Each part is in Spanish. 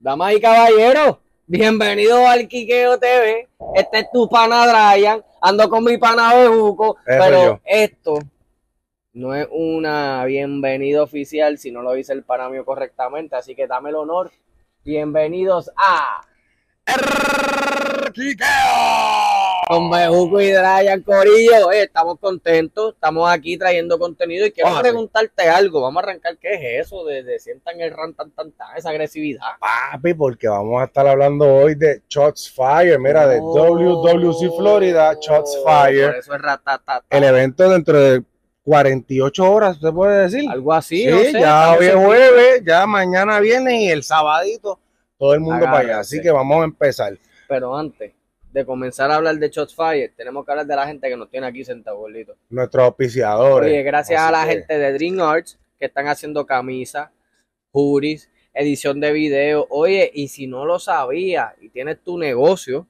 Damas y caballeros, bienvenidos al Quiqueo TV. Este es tu pana Brian. Ando con mi pana Bejuco. Ese pero soy yo. esto no es una bienvenida oficial si no lo dice el pana mío correctamente. Así que dame el honor. Bienvenidos a con Bejuco y Brian Corillo. Eh, estamos contentos. Estamos aquí trayendo contenido y quiero Vamos a ver. preguntarte algo. Vamos a arrancar. ¿Qué es eso de, de sientan el ran tan tan tan? Esa agresividad. Papi, porque vamos a estar hablando hoy de Shots Fire, mira, de Oh. WWC Florida, Shots Fire. Por eso es ratatata. El evento dentro de 48 horas, ¿se puede decir? Algo así, Sí, no sé, ya también hoy es sentí- jueves, ya mañana viene y el sabadito todo el mundo para allá. Agárrense. Así que vamos a empezar. Pero antes de comenzar a hablar de Shots Fire, tenemos que hablar de la gente que nos tiene aquí sentados, gordito. Nuestros auspiciadores. Oye, gracias Así a la que- gente de Dream Arts que están haciendo camisas, juris, edición de video. Oye, y si no lo sabías y tienes tu negocio,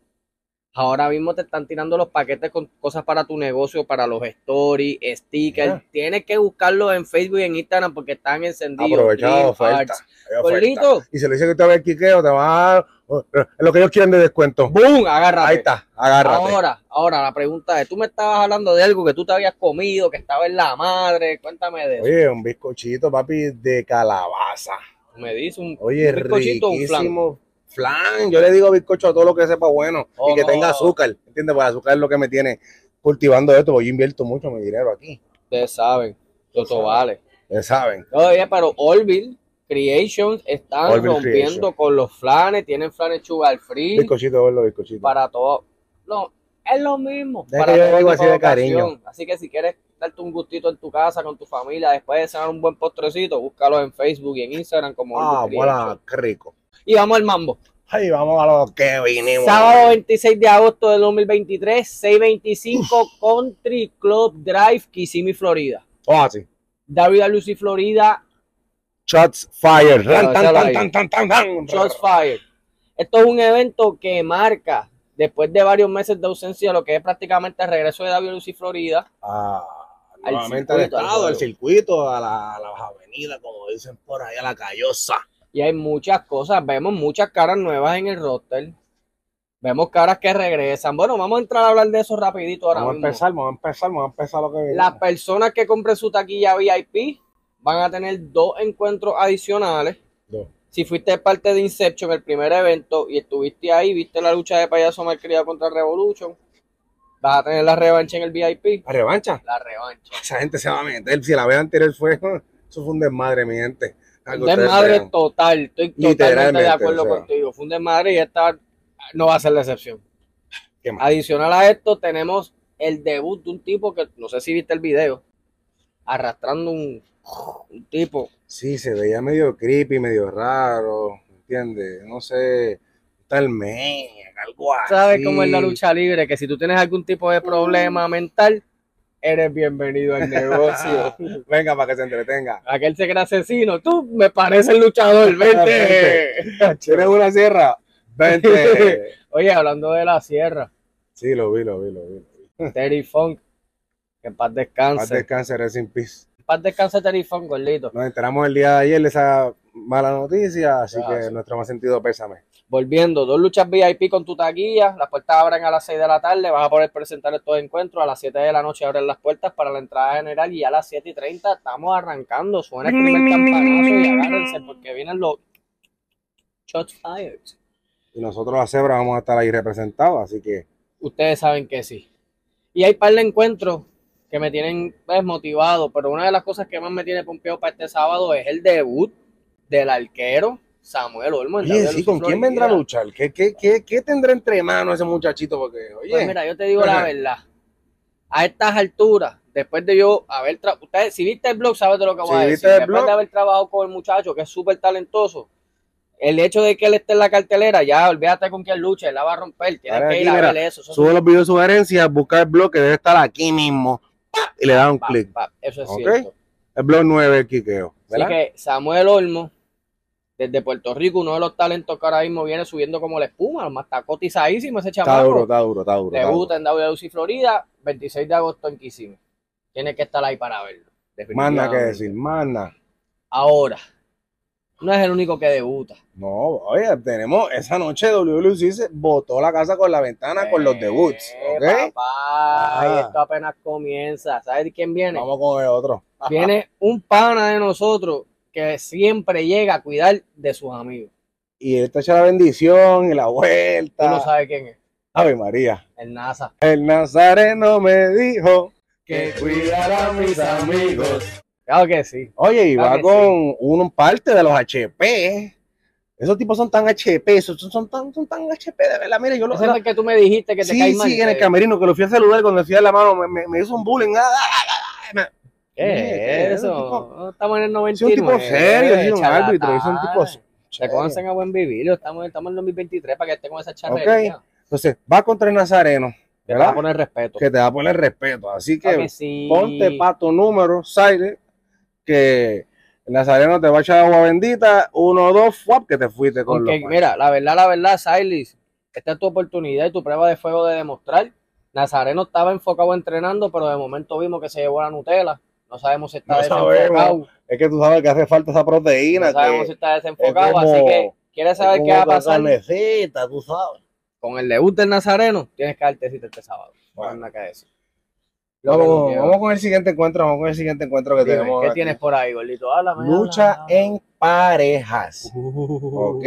ahora mismo te están tirando los paquetes con cosas para tu negocio, para los stories, stickers. Mira. Tienes que buscarlos en Facebook y en Instagram porque están encendidos. Aprovecha la Dream oferta. Arts. hay oferta. Gordito, Y se le dice que usted ve el quiqueo, te va a dar eh, lo que ellos quieren de descuento. ¡boom! Agárrate. Ahí está, agárrate. Ahora, ahora la pregunta es, tú me estabas hablando de algo que tú te habías comido, que estaba en la madre, cuéntame de eso. Oye, un bizcochito, papi, de calabaza. me dice un, Oye, un bizcochito o un flan. riquísimo. Flan, yo le digo bizcocho a todo lo que sepa bueno Oh, y que no. tenga azúcar, ¿entiendes? Porque el azúcar es lo que me tiene cultivando esto, porque yo invierto mucho mi dinero aquí, Ustedes saben, Toto saben. vale. ya saben. Oye, pero Orville Creations están Orville rompiendo Creation. con los flanes, tienen flanes sugar free Bizcochito, verlo, bizcochito. para todo. No, es lo mismo. Ya para que yo le todo digo tipo así de ocasión. cariño. Así que si quieres darte un gustito en tu casa con tu familia, después de cenar un buen postrecito, búscalos en Facebook y en Instagram como ah, Orville voilà, Creation. qué rico. Y vamos al mambo. Ay, vamos a lo que vinimos. Sábado 26 de agosto del 2023, 625 Country Club Drive, Kissimmee, Florida. Oh, así. David Lucy, Florida, Shots fire. Claro, Ran, tan, déjalo tan, ahí. tan, tan, tan, tan. Shots Fire. Esto es un evento que marca, después de varios meses de ausencia, lo que es prácticamente el regreso de David Lucy, Florida. Ah, Al nuevamente al circuito, al estado, al juego. circuito, a, la, a las avenidas, como dicen por ahí, a la callosa. Y hay muchas cosas, vemos muchas caras nuevas en el roster. Vemos caras que regresan. Bueno, vamos a entrar a hablar de eso rapidito ahora Vamos a mismo. empezar, vamos a empezar, vamos a empezar lo que viene. Las personas que compren su taquilla VIP van a tener dos encuentros adicionales. Dos. Si fuiste parte de Inception, el primer evento, y estuviste ahí, viste la lucha de payaso malcriado contra Revolution, vas a tener la revancha en el VIP. La revancha. La revancha. Esa gente se va a meter. Si la vez anterior fue, eso fue un desmadre, mi gente. Algo Un ustedes desmadre vean. total. Estoy totalmente Literalmente, de acuerdo o sea. contigo. Fue un desmadre y esta no va a ser la excepción. Qué mal. Adicional a esto, tenemos el debut de un tipo que no sé si viste el video, arrastrando un, un tipo. Sí, se veía medio creepy, medio raro, ¿entiendes? No sé, tal maniac, algo así. Uh. ¿Sabes cómo es la lucha libre? Que si tú tienes algún tipo de problema mental, eres bienvenido al negocio. Venga, para que se entretenga. Aquel se cree asesino, tú me pareces luchador, vente. ¿Tienes una sierra? Vente. Oye, hablando de la sierra, Sí, lo vi, lo vi, lo vi. Terry Funk, que en paz Paz descanse. descanse, rest in peace. En paz descanse Terry Funk, gordito. Nos enteramos el día de ayer de esa mala noticia, así Ah, que sí. nuestro más sentido pésame. Volviendo, dos luchas VIP con tu taquilla, las puertas abren a las 6 de la tarde, vas a poder presentar estos encuentros, a las 7 de la noche abren las puertas para la entrada general y a las 7 y 30 estamos arrancando, suena el primer campanazo y agárrense porque vienen los shots fired. Y nosotros, la cebra, vamos a estar ahí representados, así que Ustedes saben que sí. Y hay par de encuentros que me tienen desmotivado, pero una de las cosas que más me tiene pompeado para este sábado es el debut del arquero Samuel Olmo. en Oye, WWE sí, ¿con quién vendrá a Pues, Florida. luchar? ¿Qué, qué, qué, qué tendrá entre manos ese muchachito? Porque, oye, Pues mira, yo te digo la Ajá. verdad. A estas alturas, después de yo haber tra- ustedes, si viste el blog, sabes de lo que voy Si a viste decir. el Después blog. de haber trabajado con el muchacho, que es súper talentoso, el hecho de que él esté en la cartelera, ya olvídate con quién lucha, él la va a romper, tienes Ahora que aquí, ir a mira, ver eso. Eso, sube los videos de sugerencias, busca el blog que debe estar aquí mismo ¡pa! y le da un pa, clic. pa, eso es Ok. cierto. El blog 9, el Quiqueo. Así ¿verdad? que Samuel Olmo, desde Puerto Rico, uno de los talentos que ahora mismo viene subiendo como la espuma, además está cotizadísimo ese Está chamaco. duro, está duro, está duro. está duro. Debuta en WC Florida, 26 de agosto en Kissimmee. Tiene que estar ahí para verlo. Más nada que definitivamente. decir, más nada. Ahora, No es el único que debuta. No, oye, tenemos esa noche WLC se botó la casa con la ventana con los debuts, Eh, ¿ok? Papá, y Ah. esto apenas comienza. ¿Sabes quién viene? Vamos con el otro. Viene un pana de nosotros que siempre llega a cuidar de sus amigos. Y él está hecha la bendición y la Tú no vuelta. sabes quién es. Ave María. El NASA. El Nazareno me dijo que cuidara a mis amigos. Claro que sí. Oye, y Claro va que con un parte de los HP. Esos tipos son tan HP, esos son- son tan, son tan HP, de verdad. Mira, yo lo Ese es el que tú me dijiste que te Sí, cae mal. sí, en el Eh, camerino, que lo fui a saludar cuando le fui a la mano, me, me- me hizo un bullying. ah, ah, ah, ¿Qué es Es un eso? tipo- No Estamos en el Es un 99. tipo serio, es un eh, charlatán. árbitro, es un tipo Se serio. conocen a buen vivir, estamos, estamos en el 2023 para que esté con esa charrería. Ok, entonces va contra el Nazareno, Que te va a ¿verdad? poner respeto. Que te va a poner respeto, así Claro que que sí. ponte pato número, Saire, que el Nazareno te va a echar agua bendita, uno, dos, fuap, que te fuiste con Aunque, los mira, la verdad, la verdad, Silis, esta es tu oportunidad y tu prueba de fuego de demostrar. Nazareno estaba enfocado entrenando, pero de momento vimos que se llevó la Nutella. No sabemos si está No desenfocado. sabemos, Es que tú sabes que hace falta esa No proteína. sabemos si que, está desenfocado. como- así que, ¿quieres saber qué va a pasar? Necesita, tú sabes. Con el debut del Nazareno, tienes que darte cita este sábado. No hay Bueno. nada que decir. Lo que nos Vamos, lleva. vamos con el siguiente encuentro, vamos con el siguiente encuentro que Dime, tenemos. ¿Qué aquí. tienes por ahí, gordito? Háblame. Lucha háblame. en parejas. Uh, Ok.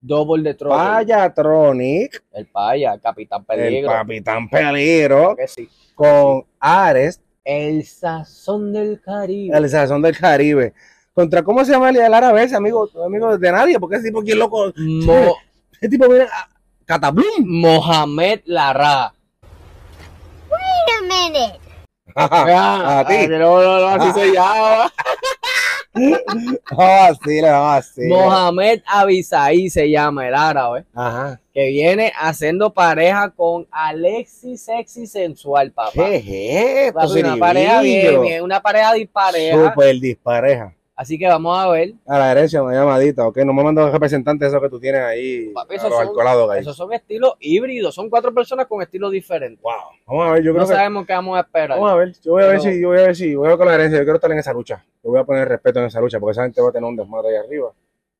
Double de Troll. Payatronic, El Paya, Capitán el Peligro. Capitán Peligro, Creo que sí. con Ares, El sazón del Caribe. el Sazón del Caribe. ¿Contra cómo se llama el el árabe ese, amigo? Amigo de nadie, porque ese tipo aquí es loco. Mo- Ese tipo viene a Catablum. Mohamed Larra. Wait a minute. Ah, a ti. ah, no, no, no, así Ah. se llama. Ah, sí, ah, sí. Mohamed Abisaí se llama el árabe. Ajá. Que viene haciendo pareja con Alexis Sexy Sensual, papá. ¿Qué es esto? Papi, una pareja bien, Ciribillo? bien, una pareja dispareja. Súper dispareja. Así que vamos a ver. A la derecha, una llamadita, ok. No me mandas representantes esos que tú tienes ahí. Papi, a esos los son- alcoholados, gallo. Esos son estilos híbridos, son cuatro personas con estilos diferentes. Wow. Vamos a ver, yo creo No que. sabemos qué vamos a esperar. Vamos a ver, yo voy a ver Pero- si, yo voy a ver si, voy a ver con la herencia, yo quiero estar en esa lucha. Yo voy a poner respeto en esa lucha, porque esa gente va a tener un desmadre ahí arriba.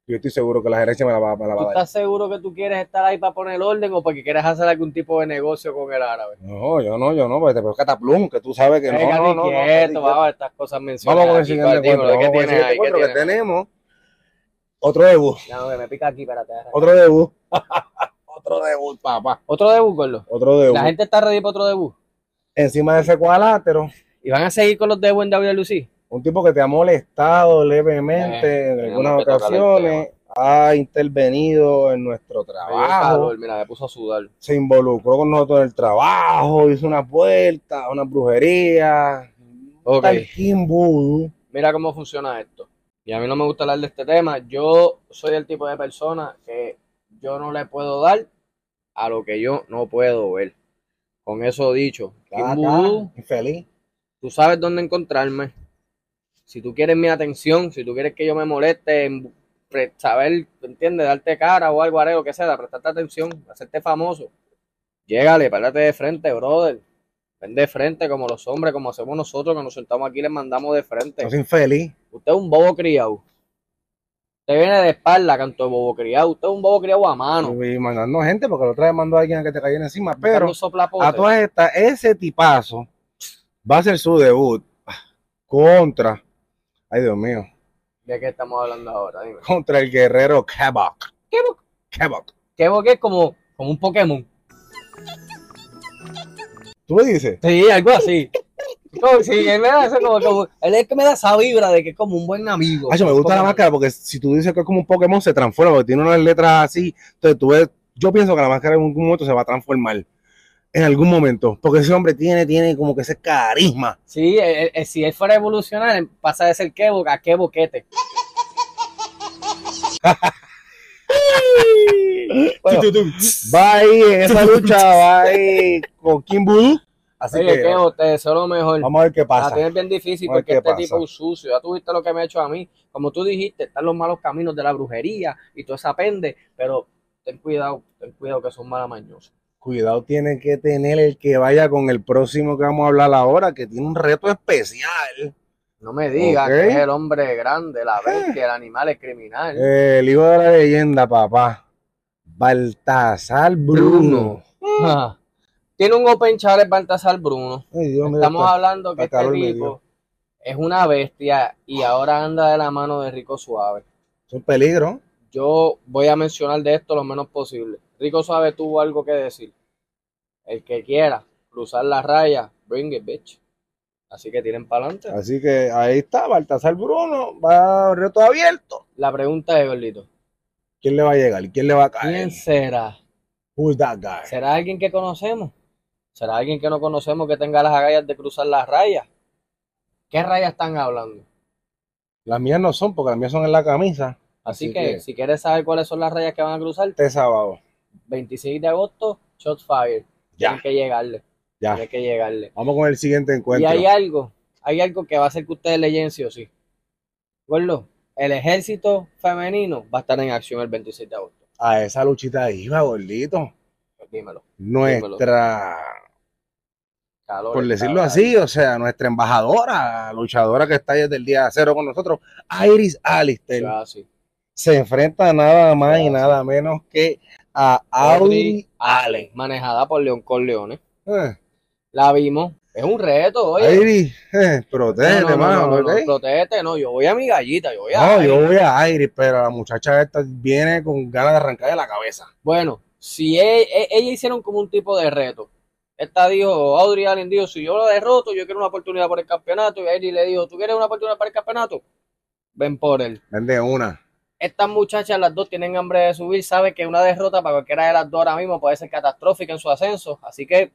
Y Yo estoy seguro que la herencia me la va, me la ¿Tú va a dar. estás seguro que tú quieres estar ahí para poner orden o porque quieres hacer algún tipo de negocio con el árabe? No, yo no, yo no, porque te veo cataplum, que tú sabes que no, Venga, no, no, no, quieto, no, vamos a estas cosas mencionadas. Vamos con el aquí, siguiente Martín, encuentro, ¿qué vamos tienes con el siguiente ahí? ¿Qué encuentro que tienes? tenemos. Otro debut, Ya, no, que me pica aquí, espérate. espérate. otro debut. Otro debut, papá. Otro debut, Gordo. Otro debut. La gente está ready para otro debut. Encima de ese cuadrilátero, ¿Y van a seguir con los debuts en WLC? un tipo que te ha molestado levemente en Eh, tenemos algunas que tocar el ocasiones, ha intervenido en nuestro trabajo. mira, me puso a sudar. se involucró con nosotros en el trabajo, hizo una puerta, una brujería, Ok. tal Kim Voodoo. mira cómo funciona esto. Y a mí no me gusta hablar de este tema. Yo soy el tipo de persona que yo no le puedo dar a lo que yo no puedo ver. Con eso dicho, Acá, Kim acá, Vudú, infeliz. tú sabes dónde encontrarme. Si tú quieres mi atención, si tú quieres que yo me moleste en pre- saber, ¿me ¿entiendes? Darte cara o algo, areo, que sea, prestarte atención, hacerte famoso. Llégale, párate de frente, brother. Ven de frente como los hombres, como hacemos nosotros, que nos sentamos aquí y les mandamos de frente. No soy infeliz. Usted es un bobo criado. Usted viene de espalda, canto de bobo criado. Usted es un bobo criado a mano. Y mandando gente, porque la otra vez mandó a alguien a que te cayera encima. Pero Ah, Buscando soplapote. a todas estas, ese tipazo va a ser su debut contra, ay Dios mío, ¿De qué estamos hablando ahora? Dime. contra el guerrero Kebok. Kebok. ¿Qué boque es como, como un Pokémon? ¿Tú me dices? Sí, algo así. Como, sí, él me da eso como, como- él es que me da esa vibra de que es como un buen amigo. Ay, me gusta la Como- máscara porque si tú dices que es como un Pokémon, se transforma, porque tiene unas letras así. Entonces tú ves, yo pienso que la máscara en algún momento se va a transformar. En algún momento. Porque ese hombre tiene, tiene como que ese carisma. Sí, él- él- si él fuera a evolucionar, él pasa de ser qué boca a qué boquete. Bueno, Va ahí en esa lucha, va ahí con Kim Buu. Así oye, que que usted, eso es lo mejor. vamos a ver qué La pasa. tienes bien difícil Vamos a ver porque qué este pasa. tipo es un sucio. Ya tuviste lo que me ha hecho a mí. Como tú dijiste, están los malos caminos de la brujería y toda esa pende, pero ten cuidado, ten cuidado que son malamañosos. Cuidado tiene que tener el que vaya con el próximo que vamos a hablar ahora, que tiene un reto especial. No me digas Ok. Ah. que es el hombre grande, la bestia, el animal, el criminal. El hijo de la leyenda, papá. Baltasar Bruno. Ah. Tiene un open challenge Baltasar Bruno. Ay, Dios mío, Estamos está- hablando que está este calor, me tipo dio. es una bestia y ahora anda de la mano de Rico Suave. es un peligro. Yo voy a mencionar de esto lo menos posible. Rico Suave tuvo algo que decir. El que quiera cruzar la raya, bring it, bitch. Así que tienen para adelante. Así que ahí está, Baltasar Bruno. Va a reto abierto. La pregunta es, gordito, ¿Quién le va a llegar? ¿Quién le va a caer? ¿quién será? Who's that guy? ¿Será alguien que conocemos? ¿Será alguien que no conocemos que tenga las agallas de cruzar las rayas? ¿Qué rayas están hablando? Las mías no son, porque las mías son en la camisa. Así, Así que, que- si quieres saber cuáles son las rayas que van a cruzar, Este sábado. 26 de agosto, shot fire. Ya, Tienes que llegarle, ya. tienes que llegarle. Vamos con el siguiente Y encuentro. hay algo, hay algo que va a hacer que ustedes le lleguen sí o sí. Gordo, el ejército femenino va a estar en acción el 26 de agosto. Pues A esa luchita iba, gordito. Dímelo. Nuestra, calor por está decirlo bravo. así, o sea, nuestra embajadora, luchadora que está ahí desde el día cero con nosotros, Iris Alistair, Eso es así. se enfrenta nada más y Gracias. nada menos que a Audi Audrey Allen. Manejada por León Corleone. Eh, La vimos. Es un reto, oye. Iris, eh, No, protégete, no, no, mano, no, no, ¿ok? protégete, no, yo voy a mi gallita, yo voy a. No, yo voy a Iris, pero la muchacha esta viene con ganas de arrancarle la cabeza. Bueno, si e- e- ella, hicieron como un tipo de reto. Esta dijo, Audrey Allen dijo, si yo lo derroto, yo quiero una oportunidad por el campeonato. Y Eddie le dijo, ¿tú quieres una oportunidad para el campeonato? Ven por él. Vende una. Estas muchachas, las dos, tienen hambre de subir. Saben que una derrota para cualquiera de las dos ahora mismo puede ser catastrófica en su ascenso. Así que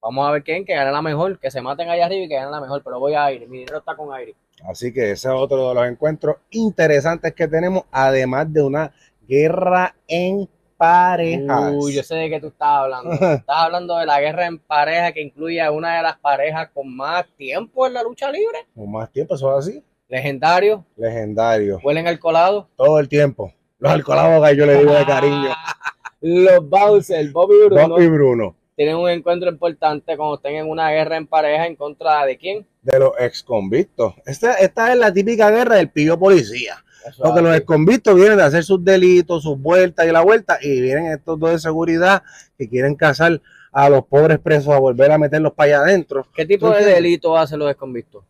vamos a ver quién, que gane la mejor, que se maten allá arriba y que gane la mejor. Pero voy a Aire, mi dinero está con Aire. Así que ese es otro de los encuentros interesantes que tenemos, además de una guerra en parejas. Uy, yo sé de qué tú estás hablando. estás hablando de la guerra en pareja que incluye a una de las parejas con más tiempo en la lucha libre. Con más tiempo, eso es así. Legendario, Legendario. huelen al colado. Todo el tiempo. Los alcoholados que yo le digo de cariño. Los Bowser, Bobby y Bruno, Doc y Bruno, tienen un encuentro importante cuando estén en una guerra en pareja en contra de quién. de los ex convictos. Esta, esta es la típica guerra del pillo policía. Eso Porque es los así. ex convictos vienen de hacer sus delitos, sus vueltas y la vuelta, y vienen estos dos de seguridad que quieren casar a los pobres presos a volver a meterlos para allá adentro. ¿Qué tipo ¿Tú de entiendes? delito hacen los desconvictos?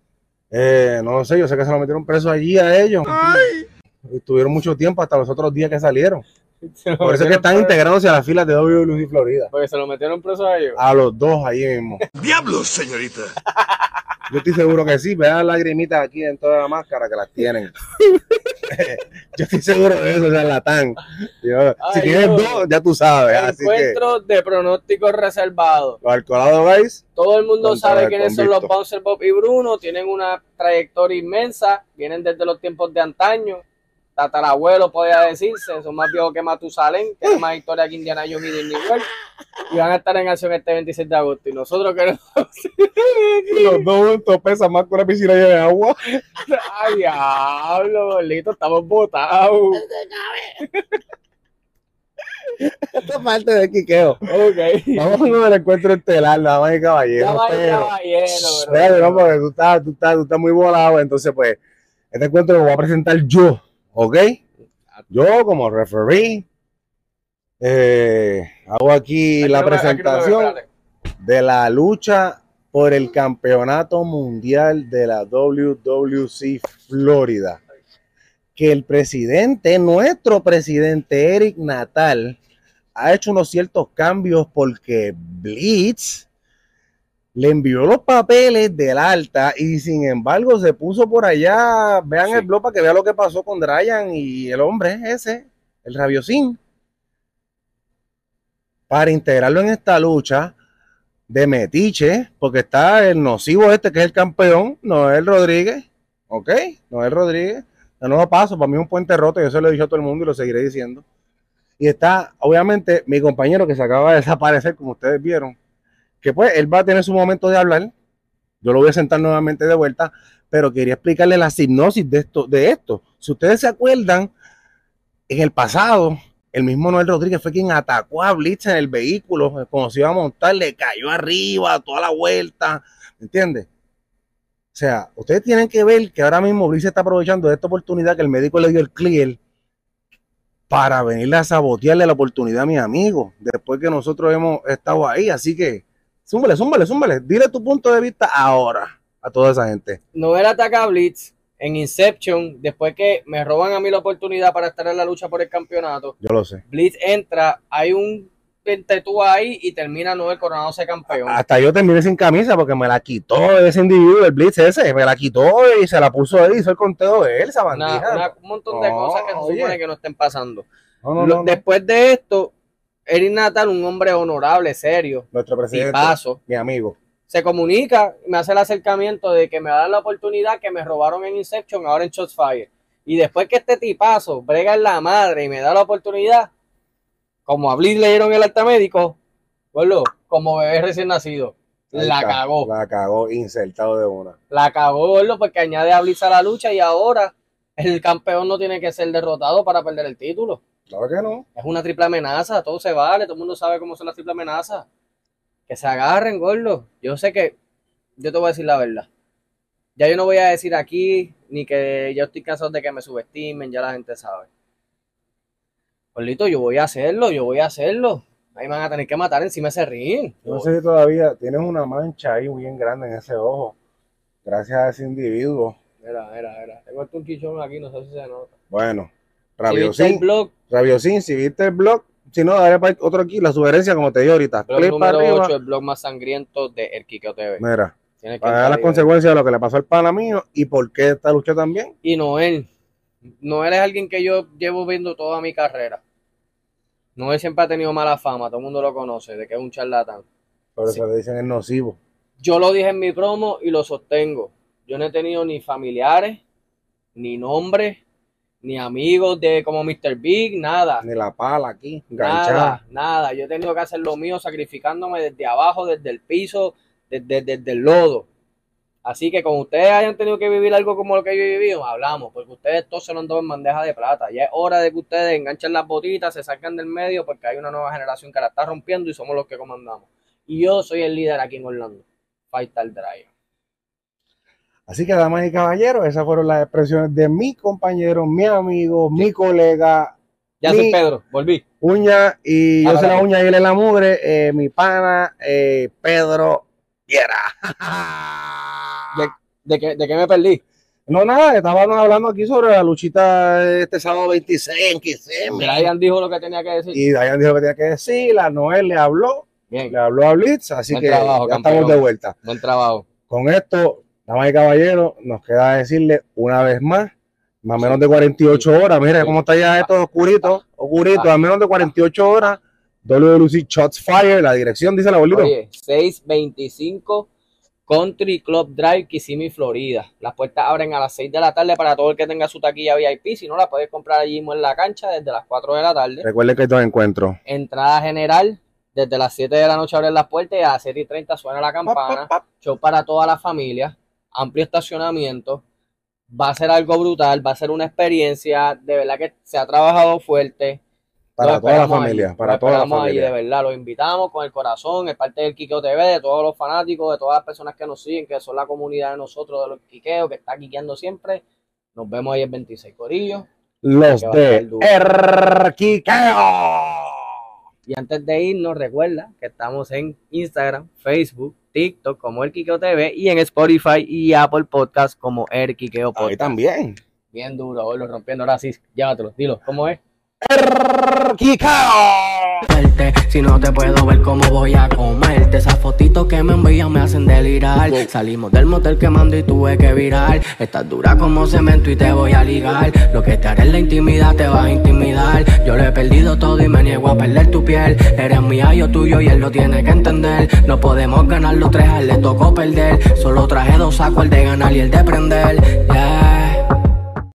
Eh, no sé, yo sé que se lo metieron preso allí a ellos. Y tuvieron mucho tiempo hasta los otros días que salieron. Por eso es que están integrándose a las filas de WLUC y Florida. Porque se lo metieron preso a ellos. A los dos allí mismo. ¡Diablos, señorita! Yo estoy seguro que sí. Vean las lagrimitas aquí dentro de la máscara que las tienen. Yo estoy seguro de eso, charlatán. Yo- si Ay, tienes yo- dos, ya tú sabes. pues, Así que Encuentro de pronósticos reservados. los alcoholados, guys, Todo el mundo Contra sabe el quiénes son los convicto. Bouncer Bob y Bruno, tienen una trayectoria inmensa, vienen desde los tiempos de antaño, tatarabuelo podría decirse, son más viejos que Matusalén, tienen más historia que Indiana Jones y Disney World, y van a estar en acción este 26 de agosto. Y nosotros queremos... los dos juntos pesan más que una piscina llena de agua. ¡Ay, diablo, bolito! Estamos botados. Esta parte de quiqueo. Ok. Vamos con el encuentro estelar, nada más y Ya caballeros. va el pero- caballero, bro. Espérate, no, porque tú estás, tú, estás, tú estás muy volado, entonces pues este encuentro lo voy a presentar yo, ¿ok? Yo como referee eh, hago aquí Aquí la no me- aquí no me- presentación espérate. de la lucha por el campeonato mundial de la WWC Florida. Que el presidente, nuestro presidente Eric Natal, ha hecho unos ciertos cambios porque Blitz le envió los papeles del alta y sin embargo se puso por allá. Vean Sí. el blog para que vean lo que pasó con Dryan y el hombre ese, el rabiosín. Para integrarlo en esta lucha, de Metiche, porque está el nocivo este que es el campeón, Noel Rodríguez, ¿ok? Noel Rodríguez, de nuevo paso, para mí es un puente roto, yo se lo he dicho a todo el mundo y lo seguiré diciendo. Y está, obviamente, mi compañero que se acaba de desaparecer, como ustedes vieron, que pues él va a tener su momento de hablar, yo lo voy a sentar nuevamente de vuelta, pero quería explicarle la hipnosis de esto, de esto. Si ustedes se acuerdan, en el pasado, el mismo Noel Rodríguez fue quien atacó a Blitz en el vehículo, eh, cuando se iba a montar, le cayó arriba, toda la vuelta, ¿me ¿entiendes? sea, ustedes tienen que ver que ahora mismo Brice está aprovechando de esta oportunidad que el médico le dio el clear para venirle a sabotearle la oportunidad a mi amigo, después que nosotros hemos estado ahí. Así que, zúmbale, zúmbale, zúmbale. Dile tu punto de vista ahora a toda esa gente. Noel ataca a Blitz en Inception, después que me roban a mí la oportunidad para estar en la lucha por el campeonato. Yo lo sé. Blitz entra, hay un pentetúa ahí y termina Noel coronándose campeón. Hasta yo terminé sin camisa porque me la quitó ese individuo, el Blitz ese, me la quitó y se la puso él, hizo el conteo de él, esa Una- bandija. una- un montón de No, cosas que se oye. supone que no estén pasando. No, no, Lo- no, no. Después de esto, Eric Natal, un hombre honorable, serio, Nuestro presidente, paso, mi amigo. se comunica, me hace el acercamiento de que me va a dar la oportunidad que me robaron en Inception, ahora en Shots Fire. Y después que este tipazo brega en la madre y me da la oportunidad, como a Blitz le dieron el alta médico, boludo, como bebé recién nacido, Ahí la está, cagó. La cagó, insertado de una. La cagó Gordo porque añade a Blitz a la lucha y ahora el campeón no tiene que ser derrotado para perder el título. Claro que no. Es una triple amenaza, todo se vale, todo el mundo sabe cómo son las triple amenazas. Que se agarren, Gordo. Yo sé que, yo te voy a decir la verdad. Ya yo no voy a decir aquí ni que yo estoy cansado de que me subestimen, ya la gente sabe. Gordito, yo voy a hacerlo, yo voy a hacerlo. Ahí me van a tener que matar encima ese ring. Yo No sé si todavía tienes una mancha ahí bien grande en ese ojo. Gracias a ese individuo. Mira, mira, mira. Tengo hasta un chichón aquí, no sé si se nota. Si Bueno, viste el Rabiosín, blog, Rabiosín, si viste el blog, si no, dale para otro aquí, la sugerencia, como te digo ahorita. Blog Clic para número arriba. 8, el blog más sangriento de El Quiqueo TV. Mira, Tienes que para dar entrar y las ver. consecuencias de lo que le pasó al pana mío y por qué esta lucha también. Y Noel. Noel es alguien que yo llevo viendo toda mi carrera. Noel siempre ha tenido mala fama, todo el mundo lo conoce, de que es un charlatán. Por eso Sí. le dicen es nocivo. Yo lo dije en mi promo y lo sostengo. Yo no he tenido ni familiares, ni nombres, ni amigos de como Mr. Big, nada. Ni la pala aquí, enganchada. Nada, nada. Yo he tenido que hacer lo mío sacrificándome desde abajo, desde el piso, desde, desde, el lodo. Así que con ustedes hayan tenido que vivir algo como lo que yo he vivido, hablamos, porque ustedes todos se lo han dado en bandeja de plata. Ya es hora de que ustedes enganchen las botitas, se sacan del medio, porque hay una nueva generación que la está rompiendo y somos los que comandamos. Y yo soy el líder aquí en Orlando. Fighter Drive. Así que, damas y caballeros, esas fueron las expresiones de mi compañero, mi amigo, mi colega, Ya Mi- soy Pedro, volví. uña y yo Ahora se la sí. uña y él es la mugre, eh, mi pana eh, Pedro Viera. ¿De qué, de qué me perdí? No, nada, estábamos hablando aquí sobre la luchita de este sábado 26 en Kissimmee. Brian dijo lo que tenía que decir. Y Dayan dijo que tenía que decir, a Noel le habló, Bien, le habló a Blitz, así Buen que trabajo, ya campeón. estamos de vuelta. buen trabajo. Con esto, damas y caballeros, nos queda decirle una vez más, más o menos de 48 horas, mira Sí. cómo está ya esto oscurito, oscurito, a menos de 48 horas, WLC Shots Fire, la dirección, dice la bolita. Oye, 625 Country Club Drive, Kissimmee, Florida. Las puertas abren a las 6 de la tarde para todo el que tenga su taquilla VIP. Si no, la puedes comprar allí mismo en la cancha desde las 4 de la tarde. Recuerden que hay dos encuentros. Entrada general, desde las 7 de la noche abren las puertas y a las 7 y 30 suena la campana. Show para toda la familia, amplio estacionamiento. Va a ser algo brutal, va a ser una experiencia. De verdad que se ha trabajado fuerte. Para Los toda la esperamos familia, ahí, para los toda la esperamos ahí, familia. de verdad, los invitamos con el corazón, es parte del Quiqueo TV, de todos los fanáticos, de todas las personas que nos siguen, que son la comunidad de nosotros, de los quiqueos, que está quiqueando siempre. Nos vemos ahí el 26 Corillo. Los Que va a de estar duro. Erquiqueo. Y antes de irnos, recuerda que estamos en Instagram, Facebook, TikTok como El Quiqueo TV y en Spotify y Apple Podcast como El Quiqueo Ahí Podcast. también. Bien duro, lo rompiendo. Ahora sí, llévatelo, dilo, ¿cómo es? Erquiqueo. verte. Si no te puedo ver, ¿cómo voy a comerte? Esas fotitos que me envían me hacen delirar. Salimos del motel quemando y tuve que virar. Estás dura como cemento y te voy a ligar. Lo que te haré en la intimidad te va a intimidar. Yo lo he perdido todo y me niego a perder tu piel. Eres mía, yo tuyo y él lo tiene que entender. No podemos ganar los tres, a él le tocó perder. Solo traje dos sacos, el de ganar y el de prender. Yeah.